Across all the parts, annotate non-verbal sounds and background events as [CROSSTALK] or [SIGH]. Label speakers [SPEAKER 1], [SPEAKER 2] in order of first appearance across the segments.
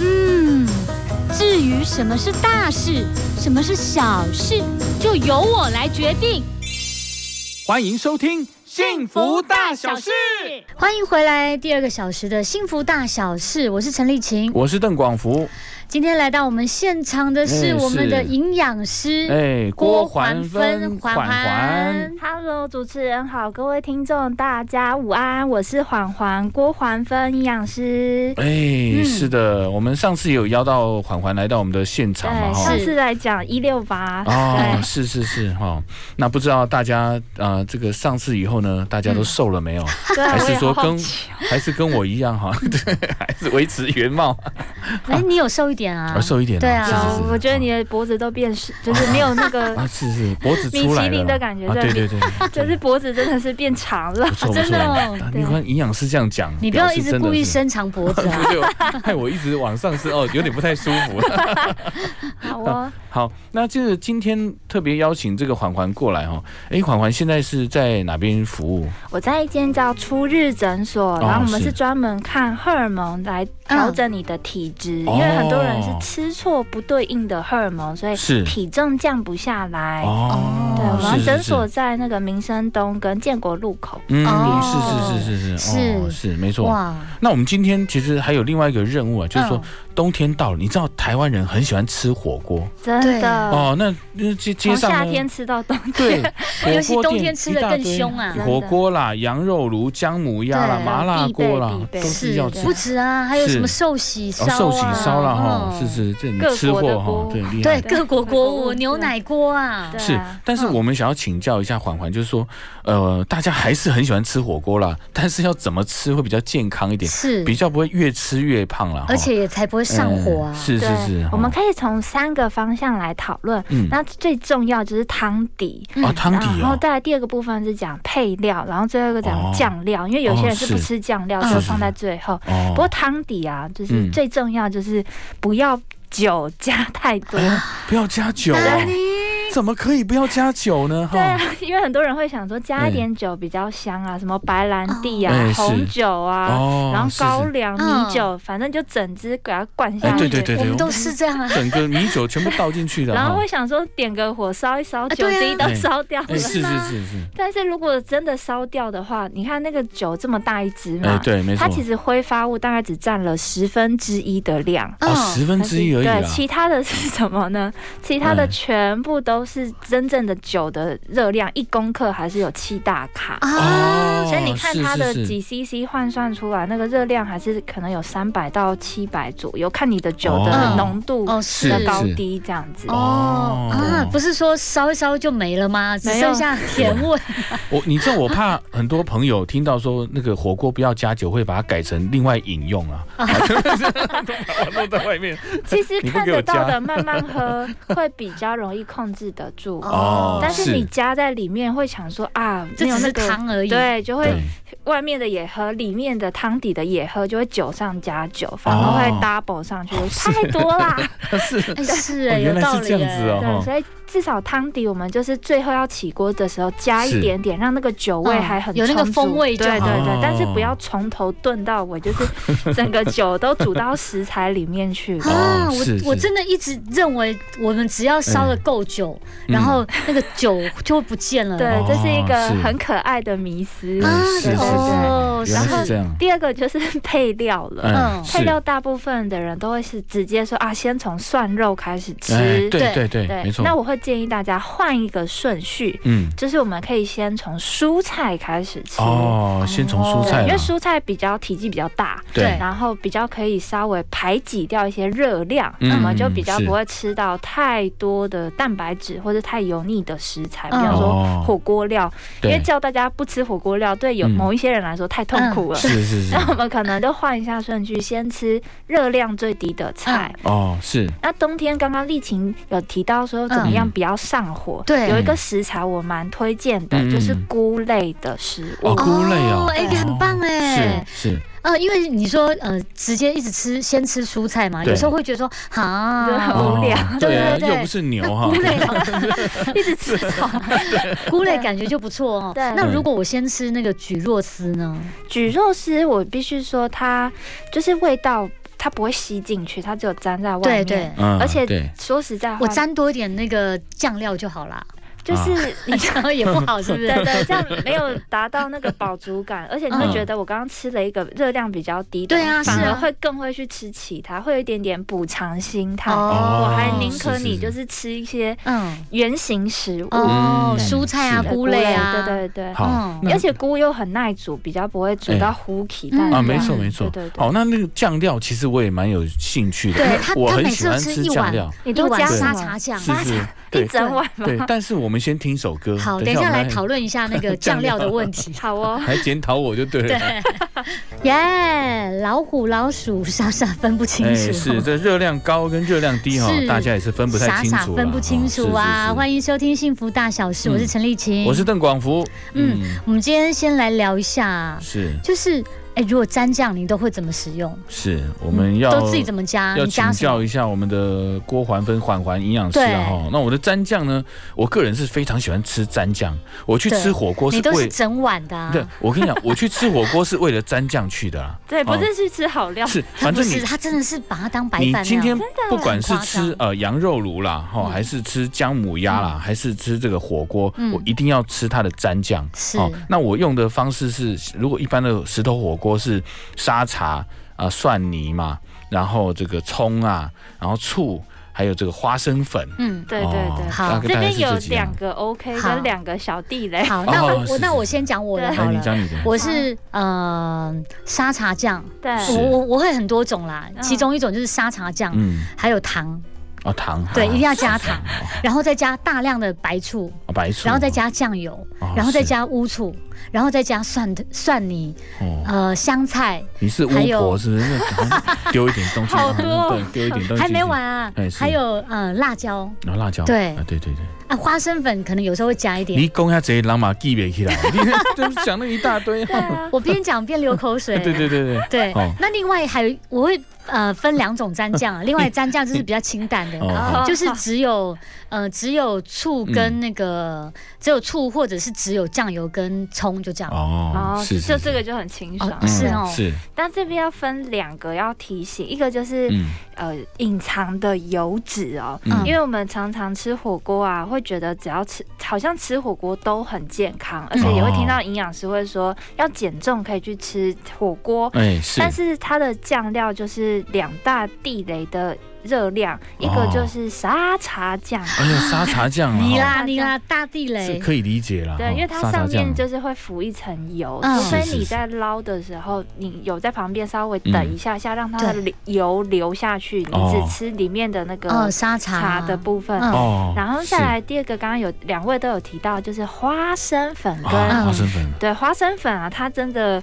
[SPEAKER 1] 嗯，至于什么是大事，什么是小事，就由我来决定。
[SPEAKER 2] 欢迎收听《幸福大小事》，
[SPEAKER 1] 欢迎回来，第二个小时的幸福大小事，我是陈丽琴。
[SPEAKER 2] 我是邓广福，
[SPEAKER 1] 今天来到我们现场的是
[SPEAKER 2] 嗯
[SPEAKER 1] 我们的
[SPEAKER 2] 是
[SPEAKER 1] 营养师，
[SPEAKER 2] 哎，
[SPEAKER 1] 郭
[SPEAKER 2] 郭
[SPEAKER 1] 环
[SPEAKER 2] 环
[SPEAKER 1] 芬
[SPEAKER 2] 芬
[SPEAKER 1] 环
[SPEAKER 2] 环
[SPEAKER 1] 环
[SPEAKER 2] 环，
[SPEAKER 3] Hello，主持人好，各位听众大家午安，我是缓缓郭环芬营养师。
[SPEAKER 2] 哎，
[SPEAKER 1] 嗯
[SPEAKER 2] 是的，我们上次有邀到环环来到我们的现场嘛，
[SPEAKER 3] 对，
[SPEAKER 2] 哈
[SPEAKER 3] 上。次来讲一六八，
[SPEAKER 2] 哦，
[SPEAKER 3] 哎对
[SPEAKER 2] 是是是哈、那不知道大家呃，这个上次以后呢，大家都瘦了没有？
[SPEAKER 3] 对，
[SPEAKER 2] 还是
[SPEAKER 3] 我也
[SPEAKER 2] 说
[SPEAKER 3] 好嗯好
[SPEAKER 2] 跟
[SPEAKER 3] 奇
[SPEAKER 2] 还是跟我一样哈、对，还是维持原貌，
[SPEAKER 1] 哎、你有瘦一点啊？
[SPEAKER 2] 啊，瘦一点、
[SPEAKER 1] 对啊
[SPEAKER 2] 是是是
[SPEAKER 3] 哦有，我觉得你的脖子都变是，就是没有那个
[SPEAKER 2] 啊，是是脖子出来了啦，
[SPEAKER 3] 米其林的感觉
[SPEAKER 2] 啊，对对
[SPEAKER 3] 对
[SPEAKER 2] 对，
[SPEAKER 3] [LAUGHS] 就是脖子真的是变长了
[SPEAKER 2] 不。错不错，
[SPEAKER 1] 真的哦
[SPEAKER 2] 啊
[SPEAKER 3] 对
[SPEAKER 2] 你看营养师这样讲，
[SPEAKER 1] 你不要
[SPEAKER 2] 表示
[SPEAKER 1] 一直
[SPEAKER 2] 真的
[SPEAKER 1] 故意
[SPEAKER 2] 是。
[SPEAKER 1] 伸长脖子啊！
[SPEAKER 2] 对， [LAUGHS] 我害我一直往上是哦，有点不太舒服。
[SPEAKER 3] 好哦，
[SPEAKER 2] 好，那就是今天特别邀请这个环环过来哦。哎，环环现在是在哪边服务？
[SPEAKER 3] 我在一间叫初日诊所，然后我们
[SPEAKER 2] 啊哦是
[SPEAKER 3] 是专门看荷尔蒙来调整你的体质，因为很多人是
[SPEAKER 2] 哦
[SPEAKER 3] 吃错不对应的荷尔蒙，所以
[SPEAKER 2] 是
[SPEAKER 3] 体重降不下来。
[SPEAKER 2] 哦，
[SPEAKER 3] 对，我
[SPEAKER 2] 是
[SPEAKER 3] 们
[SPEAKER 2] 是
[SPEAKER 3] 诊
[SPEAKER 2] 是
[SPEAKER 3] 所在那个民生东跟建国路口。
[SPEAKER 2] 嗯，
[SPEAKER 1] 哦
[SPEAKER 2] 是是是是是，哦、是没错。
[SPEAKER 1] 哇，
[SPEAKER 2] 那我们今天其实还有另外一个任务啊，就是
[SPEAKER 3] 嗯
[SPEAKER 2] 说、冬天到了，你知道台湾人很喜欢吃火锅
[SPEAKER 3] 真的，
[SPEAKER 2] 哦，那那街街
[SPEAKER 3] 嗯从
[SPEAKER 2] 上
[SPEAKER 3] 夏
[SPEAKER 2] 呢
[SPEAKER 3] 天吃到冬
[SPEAKER 2] 对
[SPEAKER 3] [LAUGHS] 天，，
[SPEAKER 2] 火
[SPEAKER 1] 嗯尤其
[SPEAKER 2] 锅
[SPEAKER 1] 冬
[SPEAKER 2] 店
[SPEAKER 1] 天吃
[SPEAKER 2] 一
[SPEAKER 1] 的
[SPEAKER 2] 大
[SPEAKER 1] 更
[SPEAKER 2] 堆
[SPEAKER 1] 凶啊！
[SPEAKER 3] 真的啊
[SPEAKER 2] 火锅啦、羊肉炉、姜母鸭啦、
[SPEAKER 1] 对
[SPEAKER 2] 麻辣锅啦
[SPEAKER 3] 必，
[SPEAKER 2] 都
[SPEAKER 3] 备必备
[SPEAKER 2] 是要吃
[SPEAKER 1] 不。止啊，还有什么寿喜烧
[SPEAKER 2] 哦，
[SPEAKER 1] 啊、
[SPEAKER 2] 寿喜烧啦，哈，
[SPEAKER 1] 嗯
[SPEAKER 2] 是是，这你
[SPEAKER 3] 各
[SPEAKER 2] 吃
[SPEAKER 3] 国的
[SPEAKER 2] 货哈，
[SPEAKER 3] 锅
[SPEAKER 2] 对，厉
[SPEAKER 1] 对
[SPEAKER 2] 害。
[SPEAKER 1] 各国国物、
[SPEAKER 3] 对
[SPEAKER 1] 牛奶锅啊
[SPEAKER 3] 对，
[SPEAKER 2] 是
[SPEAKER 3] 啊，
[SPEAKER 2] 但是
[SPEAKER 1] 嗯
[SPEAKER 2] 我们想要请教一下环环，就是说，呃，大家还是很喜欢吃火锅啦，但是要怎么吃会比较健康一点，
[SPEAKER 1] 是，
[SPEAKER 2] 比较不会越吃越胖啦。哈
[SPEAKER 1] 而且也才不会上火啊。
[SPEAKER 2] 嗯是是是，
[SPEAKER 3] 我们
[SPEAKER 2] 哦
[SPEAKER 3] 可以从三个方向来讨论。
[SPEAKER 2] 嗯
[SPEAKER 3] 那最重要就是汤底，
[SPEAKER 1] 嗯
[SPEAKER 2] 啊汤底
[SPEAKER 3] 然后
[SPEAKER 2] 哦，
[SPEAKER 3] 再来第二个部分是讲配料，然后最后一个
[SPEAKER 2] 哦
[SPEAKER 3] 讲酱料，因为有些人是
[SPEAKER 2] 哦
[SPEAKER 3] 不
[SPEAKER 2] 是
[SPEAKER 3] 吃酱料，
[SPEAKER 1] 嗯
[SPEAKER 3] 所以放在最后。不过
[SPEAKER 2] 哦，
[SPEAKER 3] 汤底啊，就
[SPEAKER 2] 嗯
[SPEAKER 3] 是最重要就是不要酒加太多。
[SPEAKER 2] 哎呀，不要加酒哦，怎么可以不要加酒呢？
[SPEAKER 3] 对
[SPEAKER 2] 哈
[SPEAKER 3] 啊，，因为很多人会想说加一点酒比较香啊，什么白兰地啊、
[SPEAKER 2] 哎是
[SPEAKER 3] 红酒啊，
[SPEAKER 2] 哦
[SPEAKER 3] 然后
[SPEAKER 2] 是是
[SPEAKER 3] 高粱
[SPEAKER 1] 嗯
[SPEAKER 3] 米酒，反正就整支给它灌下
[SPEAKER 2] 哎
[SPEAKER 3] 去。
[SPEAKER 2] 对对对
[SPEAKER 1] 我
[SPEAKER 2] 对
[SPEAKER 1] 们都是这样啊。
[SPEAKER 2] 整个米酒全部倒进去了，
[SPEAKER 3] 然后
[SPEAKER 2] 哈
[SPEAKER 3] 会想说点个火烧一烧，
[SPEAKER 1] 对
[SPEAKER 3] 酒
[SPEAKER 1] 啊
[SPEAKER 3] 精都烧掉
[SPEAKER 2] 哎
[SPEAKER 3] 了。
[SPEAKER 2] 是是是是，
[SPEAKER 3] 但是如果真的烧掉的话，你看那个酒这么大一支
[SPEAKER 2] 哎
[SPEAKER 3] 嘛，
[SPEAKER 2] 对，没错
[SPEAKER 3] 它，其实挥发物大概只占了十分之一的量。
[SPEAKER 2] 哦十分之一而已
[SPEAKER 3] 嗯
[SPEAKER 2] 啊
[SPEAKER 3] 对，
[SPEAKER 2] 啦，
[SPEAKER 3] 其他的是什么呢？其他的
[SPEAKER 2] 嗯
[SPEAKER 3] 全部都是真正的酒的热量，一公克还是有七大卡。
[SPEAKER 1] 啊，
[SPEAKER 2] 哦，
[SPEAKER 3] 所以你看
[SPEAKER 2] 是
[SPEAKER 3] 它的
[SPEAKER 2] 是是
[SPEAKER 3] 几 CC 换算出来，那个热量还是可能有三百到七百左右，看你的酒
[SPEAKER 2] 哦
[SPEAKER 3] 的浓度
[SPEAKER 1] 哦
[SPEAKER 3] 的
[SPEAKER 1] 是
[SPEAKER 3] 高低这样子。
[SPEAKER 1] 哦啊，不是说烧一烧就没了吗？只
[SPEAKER 3] 没有
[SPEAKER 1] 剩下甜味。
[SPEAKER 2] 我你知道我怕很多朋友听到说那个火锅不要加酒，会把它改成另外饮用啊，啊都 [LAUGHS] 把我弄在外面
[SPEAKER 3] 其实
[SPEAKER 2] [LAUGHS] 你不
[SPEAKER 3] 看
[SPEAKER 2] 给我
[SPEAKER 3] 得到
[SPEAKER 2] 加
[SPEAKER 3] 的慢慢
[SPEAKER 2] [LAUGHS]
[SPEAKER 3] 喝会比较容易控制得住，
[SPEAKER 2] 哦
[SPEAKER 3] 但是你加在里面会想说啊，
[SPEAKER 1] 这
[SPEAKER 3] 没有
[SPEAKER 1] 只
[SPEAKER 3] 那
[SPEAKER 1] 是
[SPEAKER 3] 个
[SPEAKER 1] 汤而已。
[SPEAKER 3] 对，就会
[SPEAKER 2] 对
[SPEAKER 3] 外面的也喝，里面的汤底的也喝，就会酒上加酒，反而会
[SPEAKER 2] 哦
[SPEAKER 3] double 上去，太多啦。
[SPEAKER 2] 是
[SPEAKER 1] [LAUGHS] 哎，是
[SPEAKER 2] 哦
[SPEAKER 1] 哎，
[SPEAKER 2] 原
[SPEAKER 1] 有
[SPEAKER 2] 来
[SPEAKER 1] 道
[SPEAKER 2] 是这
[SPEAKER 1] 理
[SPEAKER 2] 样子
[SPEAKER 1] 哎。
[SPEAKER 2] 哦
[SPEAKER 3] 对，
[SPEAKER 2] 哈，
[SPEAKER 3] 所以至少汤底我们就是最后要起锅的时候加
[SPEAKER 2] 是
[SPEAKER 3] 一点点，让那个酒味
[SPEAKER 1] 嗯
[SPEAKER 3] 还很、
[SPEAKER 1] 有那个风味就
[SPEAKER 3] 对对
[SPEAKER 1] 好
[SPEAKER 2] 哦
[SPEAKER 3] 对，但是不要从头炖到尾，就
[SPEAKER 2] [LAUGHS]
[SPEAKER 3] 是整个酒都煮到食材里
[SPEAKER 1] [LAUGHS]
[SPEAKER 3] 面去。
[SPEAKER 1] 啊，
[SPEAKER 2] 哦是
[SPEAKER 1] 我我
[SPEAKER 2] 是
[SPEAKER 1] 真的一直认为，我们只要烧的够久，
[SPEAKER 2] 嗯
[SPEAKER 1] 然后那个酒就会不见了。
[SPEAKER 3] 对，这是一
[SPEAKER 2] 哦
[SPEAKER 3] 个
[SPEAKER 2] 是
[SPEAKER 3] 很可爱的迷思。
[SPEAKER 1] 啊
[SPEAKER 2] 嗯是是是，
[SPEAKER 1] 哦
[SPEAKER 2] 原来
[SPEAKER 3] 然
[SPEAKER 2] 是
[SPEAKER 3] 后
[SPEAKER 2] 这样，
[SPEAKER 3] 第二个就是配料了。
[SPEAKER 2] 嗯，
[SPEAKER 1] 嗯
[SPEAKER 2] 是
[SPEAKER 3] 配料大部分的人都会是直接说啊，先从涮肉开始吃，
[SPEAKER 2] 哎对对对，
[SPEAKER 3] 对
[SPEAKER 2] 没错，
[SPEAKER 3] 那我会建议大家换一个顺序，
[SPEAKER 2] 嗯，
[SPEAKER 3] 就是我们可以先从蔬菜开始吃。
[SPEAKER 2] 哦，先从蔬
[SPEAKER 3] 对，
[SPEAKER 2] 菜
[SPEAKER 3] 因为
[SPEAKER 2] 啦，
[SPEAKER 3] 蔬菜比较体积比较大，
[SPEAKER 2] 对
[SPEAKER 3] 然后比较可以稍微排挤掉一些热量，
[SPEAKER 2] 嗯
[SPEAKER 3] 那么就比较
[SPEAKER 2] 是
[SPEAKER 3] 不会吃到太多的蛋白质或者太油腻的食材，比
[SPEAKER 1] 嗯
[SPEAKER 3] 方
[SPEAKER 2] 哦
[SPEAKER 3] 说火锅料，因为
[SPEAKER 2] 对，
[SPEAKER 3] 叫大家不吃火锅料，对有
[SPEAKER 2] 嗯
[SPEAKER 3] 某一些人来说太痛苦了。
[SPEAKER 2] 是是是
[SPEAKER 3] [LAUGHS] 那，我们可能就换一下顺序，先吃热量最低的菜。
[SPEAKER 2] 哦，是
[SPEAKER 3] 那冬天刚刚丽琴有提到说怎么样
[SPEAKER 2] 嗯
[SPEAKER 3] 比较上火，
[SPEAKER 1] 对
[SPEAKER 3] 有一个食材我蛮推荐的，
[SPEAKER 2] 嗯
[SPEAKER 3] 就是菇类的食物。
[SPEAKER 2] 哦菇类哦
[SPEAKER 1] 哎、
[SPEAKER 3] 对
[SPEAKER 1] 很棒哎
[SPEAKER 2] 是。是，
[SPEAKER 1] 呃，因为你说呃，直接一直吃，先吃蔬菜嘛，
[SPEAKER 2] 对
[SPEAKER 1] 有时候会觉得说，
[SPEAKER 3] 对
[SPEAKER 1] 啊
[SPEAKER 3] 很，无聊
[SPEAKER 2] 哦
[SPEAKER 1] 对
[SPEAKER 2] 对啊，
[SPEAKER 1] 对
[SPEAKER 2] 又不是牛哈
[SPEAKER 1] 菇，类一直吃
[SPEAKER 2] [LAUGHS]
[SPEAKER 1] 草，菇类感觉就不错哦。
[SPEAKER 3] 对
[SPEAKER 1] 那如果我先吃那个蒟蒻丝呢？
[SPEAKER 3] 蒟蒻丝，我必须说它就是味道，它不会吸进去，它只有粘在外
[SPEAKER 1] 对
[SPEAKER 3] 面。
[SPEAKER 1] 对，
[SPEAKER 2] 嗯
[SPEAKER 3] 而且
[SPEAKER 2] 对，
[SPEAKER 3] 说实在话，
[SPEAKER 1] 我沾多一点那个酱料就好啦， [LAUGHS]
[SPEAKER 2] 啊
[SPEAKER 3] 就是你。
[SPEAKER 1] 然后也不好，是不是？
[SPEAKER 3] 对对，这样没有达到那个饱足
[SPEAKER 1] [LAUGHS]
[SPEAKER 3] 感，而且你会
[SPEAKER 2] 嗯
[SPEAKER 3] 觉得我刚刚吃了一个热量比较低的，
[SPEAKER 1] 对啊
[SPEAKER 3] 反
[SPEAKER 2] 是
[SPEAKER 3] 而
[SPEAKER 1] 啊
[SPEAKER 3] 会更会去吃其他，会有一点点补偿心态。
[SPEAKER 1] 哦
[SPEAKER 3] 我还
[SPEAKER 2] 哦
[SPEAKER 3] 宁可
[SPEAKER 2] 是是
[SPEAKER 3] 你
[SPEAKER 2] 是
[SPEAKER 3] 就是吃一些
[SPEAKER 1] 嗯，
[SPEAKER 3] 原形食物，
[SPEAKER 2] 嗯，
[SPEAKER 1] 哦蔬菜啊，
[SPEAKER 2] 是
[SPEAKER 3] 的
[SPEAKER 1] 菇类啊，
[SPEAKER 3] 对对对。
[SPEAKER 2] 好
[SPEAKER 1] 嗯，
[SPEAKER 2] 那
[SPEAKER 3] 而且菇又很耐煮，比较不会煮到糊起蛋
[SPEAKER 1] 嗯哦
[SPEAKER 2] 啊，
[SPEAKER 3] 黄
[SPEAKER 2] 没错没错
[SPEAKER 3] 对对，对。
[SPEAKER 2] 好，那那个酱料其实我也蛮有兴趣的，
[SPEAKER 1] 对
[SPEAKER 2] 因为
[SPEAKER 1] 他
[SPEAKER 2] 我
[SPEAKER 1] 他
[SPEAKER 2] 很
[SPEAKER 1] 每
[SPEAKER 2] 喜
[SPEAKER 1] 次
[SPEAKER 2] 欢
[SPEAKER 1] 都吃
[SPEAKER 2] 吃
[SPEAKER 1] 一
[SPEAKER 2] 酱
[SPEAKER 1] 碗
[SPEAKER 2] 料，
[SPEAKER 3] 你
[SPEAKER 1] 一
[SPEAKER 3] 都加
[SPEAKER 1] 碗
[SPEAKER 2] 对
[SPEAKER 3] 什
[SPEAKER 1] 沙
[SPEAKER 3] 么
[SPEAKER 1] 茶酱。
[SPEAKER 2] 是是，
[SPEAKER 3] 一
[SPEAKER 1] [LAUGHS]
[SPEAKER 2] 对
[SPEAKER 3] 整碗吗？
[SPEAKER 2] 对，但是我们先听首歌，
[SPEAKER 1] 好，等一下
[SPEAKER 2] 我们
[SPEAKER 1] 来
[SPEAKER 2] [LAUGHS]
[SPEAKER 1] 讨论一下那个酱料的问题。
[SPEAKER 3] 好哦。
[SPEAKER 2] 来检讨我就 [LAUGHS] 对了。
[SPEAKER 1] [LAUGHS] 耶老虎老鼠傻傻分不清楚。
[SPEAKER 2] 哎，是这热量高跟热量低哈，
[SPEAKER 1] 是
[SPEAKER 2] 大家也是分不太
[SPEAKER 1] 傻
[SPEAKER 2] 清楚啦，哦
[SPEAKER 1] 傻分不清楚啊！
[SPEAKER 2] 迎，
[SPEAKER 1] 欢迎收听《幸福大小事》，
[SPEAKER 2] 嗯
[SPEAKER 1] 我是陈丽琴。
[SPEAKER 2] 我是邓广福，
[SPEAKER 1] 嗯，我们今天先来聊一下，
[SPEAKER 2] 是
[SPEAKER 1] 就是哎，如果蘸酱，你都会怎么使用？
[SPEAKER 2] 是，我们要
[SPEAKER 1] 都自己怎么加？
[SPEAKER 2] 要
[SPEAKER 1] 你
[SPEAKER 2] 请
[SPEAKER 1] 加什么？
[SPEAKER 2] 教一下我们的郭环芬缓环营养师啊
[SPEAKER 1] 对
[SPEAKER 2] 哈。那我的蘸酱呢，我个人是非常喜欢吃蘸酱，我去
[SPEAKER 1] 对
[SPEAKER 2] 吃火锅是
[SPEAKER 1] 你都
[SPEAKER 2] 为
[SPEAKER 1] 是整碗的、啊。
[SPEAKER 2] 对，我跟你讲，我去吃火锅是为了蘸酱去的啊。
[SPEAKER 3] 对，不
[SPEAKER 2] 哦
[SPEAKER 3] 是去吃好料，
[SPEAKER 2] 是，
[SPEAKER 1] 他
[SPEAKER 2] 反
[SPEAKER 1] 不
[SPEAKER 2] 正你
[SPEAKER 1] 是，他真的是把它当白
[SPEAKER 2] 你
[SPEAKER 1] 饭
[SPEAKER 2] 今
[SPEAKER 1] 那
[SPEAKER 2] 天
[SPEAKER 1] 样。
[SPEAKER 2] 不管是
[SPEAKER 1] 很
[SPEAKER 2] 吃
[SPEAKER 1] 夸
[SPEAKER 2] 呃羊肉炉啦，哈，
[SPEAKER 1] 嗯
[SPEAKER 2] 还是吃姜母鸭啦，还是吃这个火锅，
[SPEAKER 1] 嗯
[SPEAKER 2] 我一定要吃它的蘸酱。哦
[SPEAKER 1] 是
[SPEAKER 2] 那我用的方式是，如果一般的石头火锅是沙茶啊、蒜泥嘛，然后这个葱啊，然后醋，还有这个花生粉。哦
[SPEAKER 1] 嗯，
[SPEAKER 3] 对对对。
[SPEAKER 1] 好
[SPEAKER 2] 大
[SPEAKER 3] 这
[SPEAKER 2] 概大概
[SPEAKER 3] 边
[SPEAKER 2] 是啊
[SPEAKER 3] 有
[SPEAKER 2] 这几样
[SPEAKER 3] 两。个 OK
[SPEAKER 1] 好
[SPEAKER 3] 跟两个小地雷，
[SPEAKER 1] 好，那我
[SPEAKER 2] 哦是
[SPEAKER 1] 我那
[SPEAKER 2] 是
[SPEAKER 1] 我先讲我的
[SPEAKER 3] 哎对
[SPEAKER 1] 好
[SPEAKER 2] 来，你
[SPEAKER 1] 了。
[SPEAKER 2] 讲你的。
[SPEAKER 1] 我是呃沙茶酱，
[SPEAKER 3] 对，
[SPEAKER 2] 是
[SPEAKER 1] 我我我会很多种啦，
[SPEAKER 3] 嗯
[SPEAKER 1] 其中一种就是沙茶酱，
[SPEAKER 2] 嗯，
[SPEAKER 1] 还有糖，
[SPEAKER 2] 哦，糖。
[SPEAKER 1] 对
[SPEAKER 2] 好
[SPEAKER 1] 一定要加
[SPEAKER 2] 是是
[SPEAKER 1] 糖
[SPEAKER 2] 哦
[SPEAKER 1] 然后再加大量的白醋，
[SPEAKER 2] 哦白醋。
[SPEAKER 1] 然后再加酱油，
[SPEAKER 2] 哦，
[SPEAKER 1] 然后再
[SPEAKER 2] 是。
[SPEAKER 1] 加乌醋，然后再加蒜蒜泥，
[SPEAKER 2] 哦，
[SPEAKER 1] 呃香菜，
[SPEAKER 2] 你是巫
[SPEAKER 1] 还有
[SPEAKER 2] 婆是不是？那赶快丢一点东西，
[SPEAKER 3] [LAUGHS] 好多哦
[SPEAKER 2] 对，丢一点东西。
[SPEAKER 1] 还没完。啊
[SPEAKER 2] 哎，是
[SPEAKER 1] 还有呃辣椒
[SPEAKER 2] 然后辣椒。
[SPEAKER 1] 对
[SPEAKER 2] 啊，对对对。
[SPEAKER 1] 啊，花生粉可能有时候会加一点。
[SPEAKER 2] 你讲下这些人嘛记不起
[SPEAKER 3] [LAUGHS]
[SPEAKER 2] 来，你就是讲了一大堆。
[SPEAKER 3] 对啊，
[SPEAKER 1] 我边讲边流口水。
[SPEAKER 2] [LAUGHS] 对对对对，
[SPEAKER 1] 对
[SPEAKER 2] 哦
[SPEAKER 1] 那另外还有我会呃分两种蘸酱啊，另外蘸酱就是比较清淡的，
[SPEAKER 2] 哦好
[SPEAKER 1] 就是只有呃只有醋
[SPEAKER 2] 嗯
[SPEAKER 1] 跟那个、只有醋或者是只有酱油跟葱就这样。
[SPEAKER 2] 哦
[SPEAKER 3] 哦，
[SPEAKER 2] 是
[SPEAKER 3] 就这个就很清爽
[SPEAKER 1] 哦。
[SPEAKER 2] 嗯
[SPEAKER 1] 是哦
[SPEAKER 2] 是
[SPEAKER 3] 但这边要分两个要提醒，一个就是
[SPEAKER 2] 嗯
[SPEAKER 3] 呃隐藏的油脂哦，
[SPEAKER 2] 嗯
[SPEAKER 3] 因为我们常常吃火锅啊，会觉得只要吃好像吃火锅都很健康，而且也会
[SPEAKER 2] 哦
[SPEAKER 3] 听到营养师会说要减重可以去吃火锅，
[SPEAKER 2] 哎是，
[SPEAKER 3] 但是它的酱料就是两大地雷的热
[SPEAKER 2] 哦
[SPEAKER 3] 量，一个就是沙茶酱，
[SPEAKER 2] 哎呦沙茶酱
[SPEAKER 1] 你
[SPEAKER 2] 啊，
[SPEAKER 1] 啦你啦，大地
[SPEAKER 2] 哦是
[SPEAKER 1] 雷，
[SPEAKER 2] 可以理解啦。
[SPEAKER 3] 对，
[SPEAKER 2] 哦
[SPEAKER 3] 因为它
[SPEAKER 2] 沙茶
[SPEAKER 3] 上
[SPEAKER 2] 酱
[SPEAKER 3] 面就是会浮一层油，
[SPEAKER 1] 嗯
[SPEAKER 3] 除非
[SPEAKER 2] 是是
[SPEAKER 3] 你
[SPEAKER 2] 是
[SPEAKER 3] 在捞的时候，你有在旁边稍微等一下下，让它的
[SPEAKER 1] 对
[SPEAKER 3] 流油流下去，你
[SPEAKER 2] 哦
[SPEAKER 3] 只吃里面的那
[SPEAKER 1] 嗯哦
[SPEAKER 3] 个
[SPEAKER 1] 沙茶
[SPEAKER 3] 茶的部分。
[SPEAKER 1] 嗯
[SPEAKER 2] 哦，
[SPEAKER 3] 然后再
[SPEAKER 2] 是
[SPEAKER 3] 来第二个，刚刚有两位都有提到，就是花生粉跟、
[SPEAKER 2] 啊
[SPEAKER 1] 嗯
[SPEAKER 2] 花生粉
[SPEAKER 3] 对花生粉啊，它真的。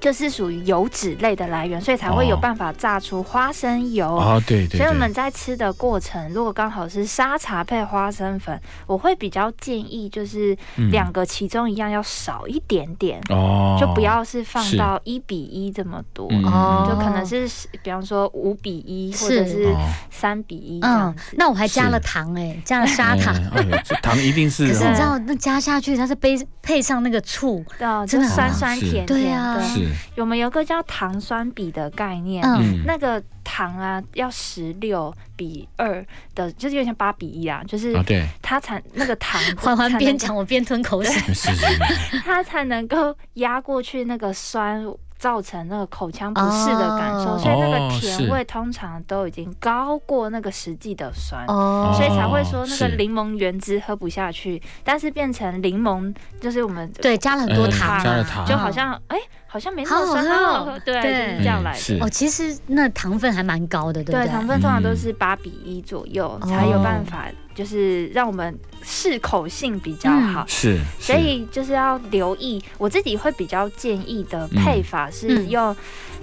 [SPEAKER 3] 就是属于油脂类的来源，所以才会有
[SPEAKER 2] 哦
[SPEAKER 3] 办法榨出花生油。
[SPEAKER 2] 啊，对对
[SPEAKER 3] 哦所以我
[SPEAKER 2] 对，
[SPEAKER 3] 们在吃的过程，如果刚好是沙茶配花生粉，我会比较建议就是
[SPEAKER 2] 嗯
[SPEAKER 3] 两个其中一样要少一点点，
[SPEAKER 2] 哦
[SPEAKER 3] 就不要是放
[SPEAKER 2] 是
[SPEAKER 3] 到一比一这么多，
[SPEAKER 2] 嗯
[SPEAKER 1] 哦
[SPEAKER 3] 就可能是比方说五比一
[SPEAKER 1] 是
[SPEAKER 3] 或者是
[SPEAKER 2] 哦
[SPEAKER 3] 三比一这样
[SPEAKER 1] 嗯
[SPEAKER 3] 子。，
[SPEAKER 1] 那我还加了糖哎、加了砂糖。
[SPEAKER 2] 哎哎呦这糖一定是
[SPEAKER 1] 可是你
[SPEAKER 3] 嗯
[SPEAKER 2] 哦
[SPEAKER 1] 知道，那加下去它是配配上那个醋，
[SPEAKER 3] 对，啊
[SPEAKER 1] 真
[SPEAKER 3] 就
[SPEAKER 1] 的
[SPEAKER 3] 酸
[SPEAKER 2] 好
[SPEAKER 3] 酸
[SPEAKER 2] 是
[SPEAKER 3] 甜甜
[SPEAKER 1] 对啊
[SPEAKER 3] 的。
[SPEAKER 2] 哦是
[SPEAKER 3] 我们有个叫糖酸比的概念，
[SPEAKER 1] 嗯
[SPEAKER 2] 嗯
[SPEAKER 3] 那个糖啊要十六比二的，就是有点像八比一啊，就是
[SPEAKER 2] 啊对
[SPEAKER 3] 它才那个
[SPEAKER 1] [LAUGHS]
[SPEAKER 3] 糖
[SPEAKER 1] 缓缓
[SPEAKER 3] 才能
[SPEAKER 1] 边
[SPEAKER 2] [LAUGHS]
[SPEAKER 3] 够
[SPEAKER 1] 讲我边吞口水。
[SPEAKER 2] 是是是
[SPEAKER 3] 它才能够压过去那个酸造成那个口腔不适的感受，
[SPEAKER 1] 哦
[SPEAKER 3] 所以那
[SPEAKER 2] 哦
[SPEAKER 3] 个
[SPEAKER 2] 是
[SPEAKER 3] 甜味通常都已经高过那个实际的酸。
[SPEAKER 1] 哦
[SPEAKER 3] 所以才会说那个
[SPEAKER 2] 是
[SPEAKER 3] 柠檬原汁喝不下去，但是变成柠檬就是我们
[SPEAKER 1] 对加了很多
[SPEAKER 2] 嗯
[SPEAKER 1] 糖啊，
[SPEAKER 2] 加了糖
[SPEAKER 3] 就好像哎、好像没那
[SPEAKER 1] 好
[SPEAKER 3] 么
[SPEAKER 1] 好
[SPEAKER 3] 酸，
[SPEAKER 1] 喝
[SPEAKER 3] 好
[SPEAKER 1] 哦
[SPEAKER 3] 好喝，对，就
[SPEAKER 1] 对
[SPEAKER 3] 是 [LAUGHS] 这样来
[SPEAKER 2] 嗯
[SPEAKER 3] 的。
[SPEAKER 2] 是
[SPEAKER 1] 哦，其实那糖分还蛮高的，对不
[SPEAKER 3] 对，
[SPEAKER 1] 对？
[SPEAKER 3] 糖分通常都是八比一左右，
[SPEAKER 1] 嗯
[SPEAKER 3] 才有办法，就是让我们适口性比较好。
[SPEAKER 2] 是，
[SPEAKER 3] 所以就是要留意，我自己会比较建议的配法是
[SPEAKER 1] 嗯
[SPEAKER 3] 用，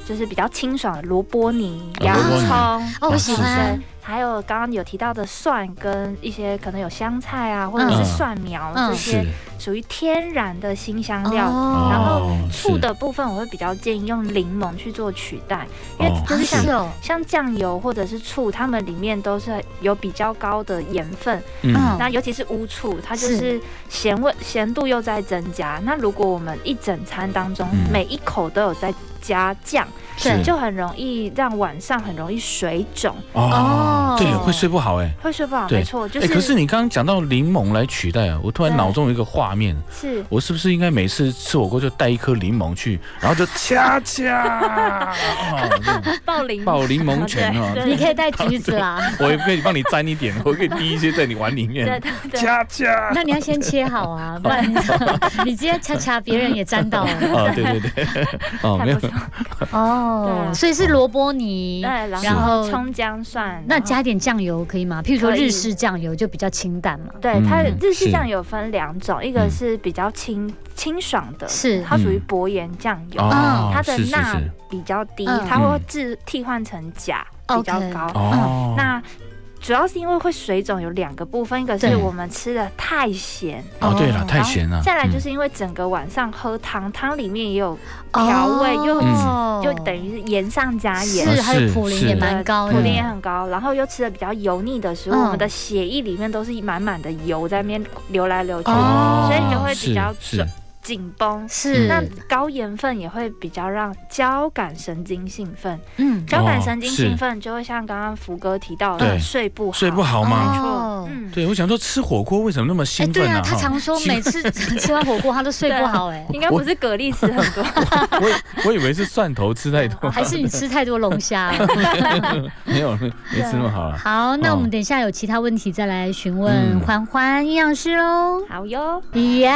[SPEAKER 3] 就是比较清爽的萝卜泥、
[SPEAKER 2] 啊
[SPEAKER 3] 洋
[SPEAKER 2] 萝卜泥
[SPEAKER 3] 葱、
[SPEAKER 1] 哦，我
[SPEAKER 2] 哦
[SPEAKER 1] 喜
[SPEAKER 2] 是
[SPEAKER 1] 欢
[SPEAKER 3] 对，还有刚刚有提到的蒜跟一些可能有香菜啊，或者是
[SPEAKER 2] 嗯
[SPEAKER 3] 蒜苗
[SPEAKER 1] 嗯
[SPEAKER 3] 这
[SPEAKER 2] 是是
[SPEAKER 3] 些，属于天然的新香料
[SPEAKER 1] 哦
[SPEAKER 3] 嗯然后
[SPEAKER 2] 哦
[SPEAKER 3] 醋
[SPEAKER 2] 是
[SPEAKER 3] 的部分，我会比较建议用柠檬去做取代，因
[SPEAKER 2] 哦
[SPEAKER 3] 为就是像
[SPEAKER 1] 是哦，
[SPEAKER 3] 像酱油或者是醋，它们里面都是有比较高的盐分，
[SPEAKER 2] 嗯
[SPEAKER 1] 嗯
[SPEAKER 3] 那尤其是乌醋，它就是是咸味咸度又在增加。那如果我们一整餐当中、
[SPEAKER 2] 嗯
[SPEAKER 3] 每一口都有在加酱，
[SPEAKER 2] 是
[SPEAKER 3] 就很容易让晚上很容易水肿，
[SPEAKER 2] 哦
[SPEAKER 1] 哦，
[SPEAKER 2] 对，会睡不好哎。
[SPEAKER 3] 会睡不好。
[SPEAKER 2] 对
[SPEAKER 3] 没错，就
[SPEAKER 2] 哎，
[SPEAKER 3] 是、
[SPEAKER 2] 可是你刚刚讲到柠檬来取代啊，我突然
[SPEAKER 3] 对
[SPEAKER 2] 脑中有一个画面， [LAUGHS]
[SPEAKER 3] 是
[SPEAKER 2] 我是不是应该每次吃火锅就带一颗柠檬去，然后就掐掐，哦这
[SPEAKER 3] [LAUGHS]
[SPEAKER 2] 种
[SPEAKER 3] 暴淋
[SPEAKER 2] 爆柠檬拳哦
[SPEAKER 3] 对
[SPEAKER 1] 你
[SPEAKER 3] 对
[SPEAKER 1] 可以带橘子啊
[SPEAKER 3] [LAUGHS]
[SPEAKER 1] 啦，
[SPEAKER 2] [LAUGHS] 我也可以帮你沾一点，我可以滴一些在你碗里
[SPEAKER 3] 对
[SPEAKER 2] 面，
[SPEAKER 3] 对对。
[SPEAKER 2] 掐掐。
[SPEAKER 1] 那你要先切好
[SPEAKER 3] [LAUGHS]
[SPEAKER 1] 啊，不然你 [LAUGHS] 直接恰恰别人也沾到了
[SPEAKER 2] 哦，对对对， [LAUGHS] 哦，没
[SPEAKER 3] 还
[SPEAKER 2] 有
[SPEAKER 3] 不，错，对
[SPEAKER 1] 哦，
[SPEAKER 3] 啊
[SPEAKER 1] 所以是萝卜泥
[SPEAKER 3] [LAUGHS] 对，，然
[SPEAKER 1] 然
[SPEAKER 3] 后
[SPEAKER 1] 后
[SPEAKER 3] 葱姜蒜，
[SPEAKER 1] 那
[SPEAKER 3] 然后
[SPEAKER 1] 加一点酱油可以吗？譬如说
[SPEAKER 3] 可以
[SPEAKER 1] 日式酱油就比较清淡嘛，
[SPEAKER 3] 对
[SPEAKER 2] 嗯
[SPEAKER 3] 它日
[SPEAKER 2] 是嗯
[SPEAKER 3] 式酱有分两种，一个是比较清清爽的，
[SPEAKER 1] 是
[SPEAKER 3] 它属于薄盐酱油，
[SPEAKER 2] 哦，
[SPEAKER 3] 它的
[SPEAKER 2] 是是
[SPEAKER 3] 钠
[SPEAKER 2] 是，
[SPEAKER 3] 比较低，
[SPEAKER 1] 嗯
[SPEAKER 3] 它会自替换成钾比较
[SPEAKER 1] OK
[SPEAKER 3] 高。
[SPEAKER 2] 哦，
[SPEAKER 3] 那主要是因为会水肿有两个部分，一个
[SPEAKER 1] 对
[SPEAKER 3] 是我们吃的太咸，
[SPEAKER 2] 哦，对了，太
[SPEAKER 3] 然后
[SPEAKER 2] 咸了。
[SPEAKER 3] 再来就
[SPEAKER 2] 嗯
[SPEAKER 3] 是因为整个晚上喝汤，汤里面也有调味又
[SPEAKER 1] 哦
[SPEAKER 3] 就等于是盐上加盐。
[SPEAKER 2] 啊
[SPEAKER 1] 是，还有
[SPEAKER 2] 是
[SPEAKER 1] 普林
[SPEAKER 2] 是
[SPEAKER 1] 也
[SPEAKER 3] 对
[SPEAKER 1] 蛮高
[SPEAKER 3] 普
[SPEAKER 1] 的
[SPEAKER 3] 林也很高，然后又吃的比较油腻的食物，
[SPEAKER 1] 嗯
[SPEAKER 3] 我们的血液里面都是满满的油在那边流来流去，
[SPEAKER 1] 哦
[SPEAKER 3] 所以你就会
[SPEAKER 2] 是
[SPEAKER 3] 比较
[SPEAKER 2] 是
[SPEAKER 3] 紧绷。
[SPEAKER 1] 是
[SPEAKER 3] 那高盐分也会比较让交感神经兴奋，
[SPEAKER 1] 嗯
[SPEAKER 3] 交感
[SPEAKER 2] 哦
[SPEAKER 3] 神经
[SPEAKER 2] 是
[SPEAKER 3] 兴奋就会像刚刚福哥提到
[SPEAKER 2] 哦对
[SPEAKER 3] 的睡不好，
[SPEAKER 2] 睡不好吗？
[SPEAKER 3] 没
[SPEAKER 1] 哦
[SPEAKER 3] 错，嗯，
[SPEAKER 2] 对，我想说吃火锅为什么那么
[SPEAKER 1] 哎，
[SPEAKER 2] 兴
[SPEAKER 1] 对
[SPEAKER 2] 奋
[SPEAKER 1] 啊，
[SPEAKER 2] 呢？
[SPEAKER 1] 他
[SPEAKER 2] 哈
[SPEAKER 1] 常说每次 [LAUGHS] 吃完火锅他都睡不好，哎，
[SPEAKER 3] 应该不是蛤蜊吃很多，
[SPEAKER 2] [LAUGHS] 我我以为是蒜头吃太
[SPEAKER 1] [LAUGHS]
[SPEAKER 2] 多，
[SPEAKER 1] 还是你吃太多
[SPEAKER 2] [LAUGHS]
[SPEAKER 1] 龙虾了。
[SPEAKER 2] 没有没吃那么好了。
[SPEAKER 1] 好，那我
[SPEAKER 2] 哦
[SPEAKER 1] 们等一下有其他问题再来询
[SPEAKER 2] 嗯
[SPEAKER 1] 问欢欢营养师喽。
[SPEAKER 3] 好哟，
[SPEAKER 1] 耶、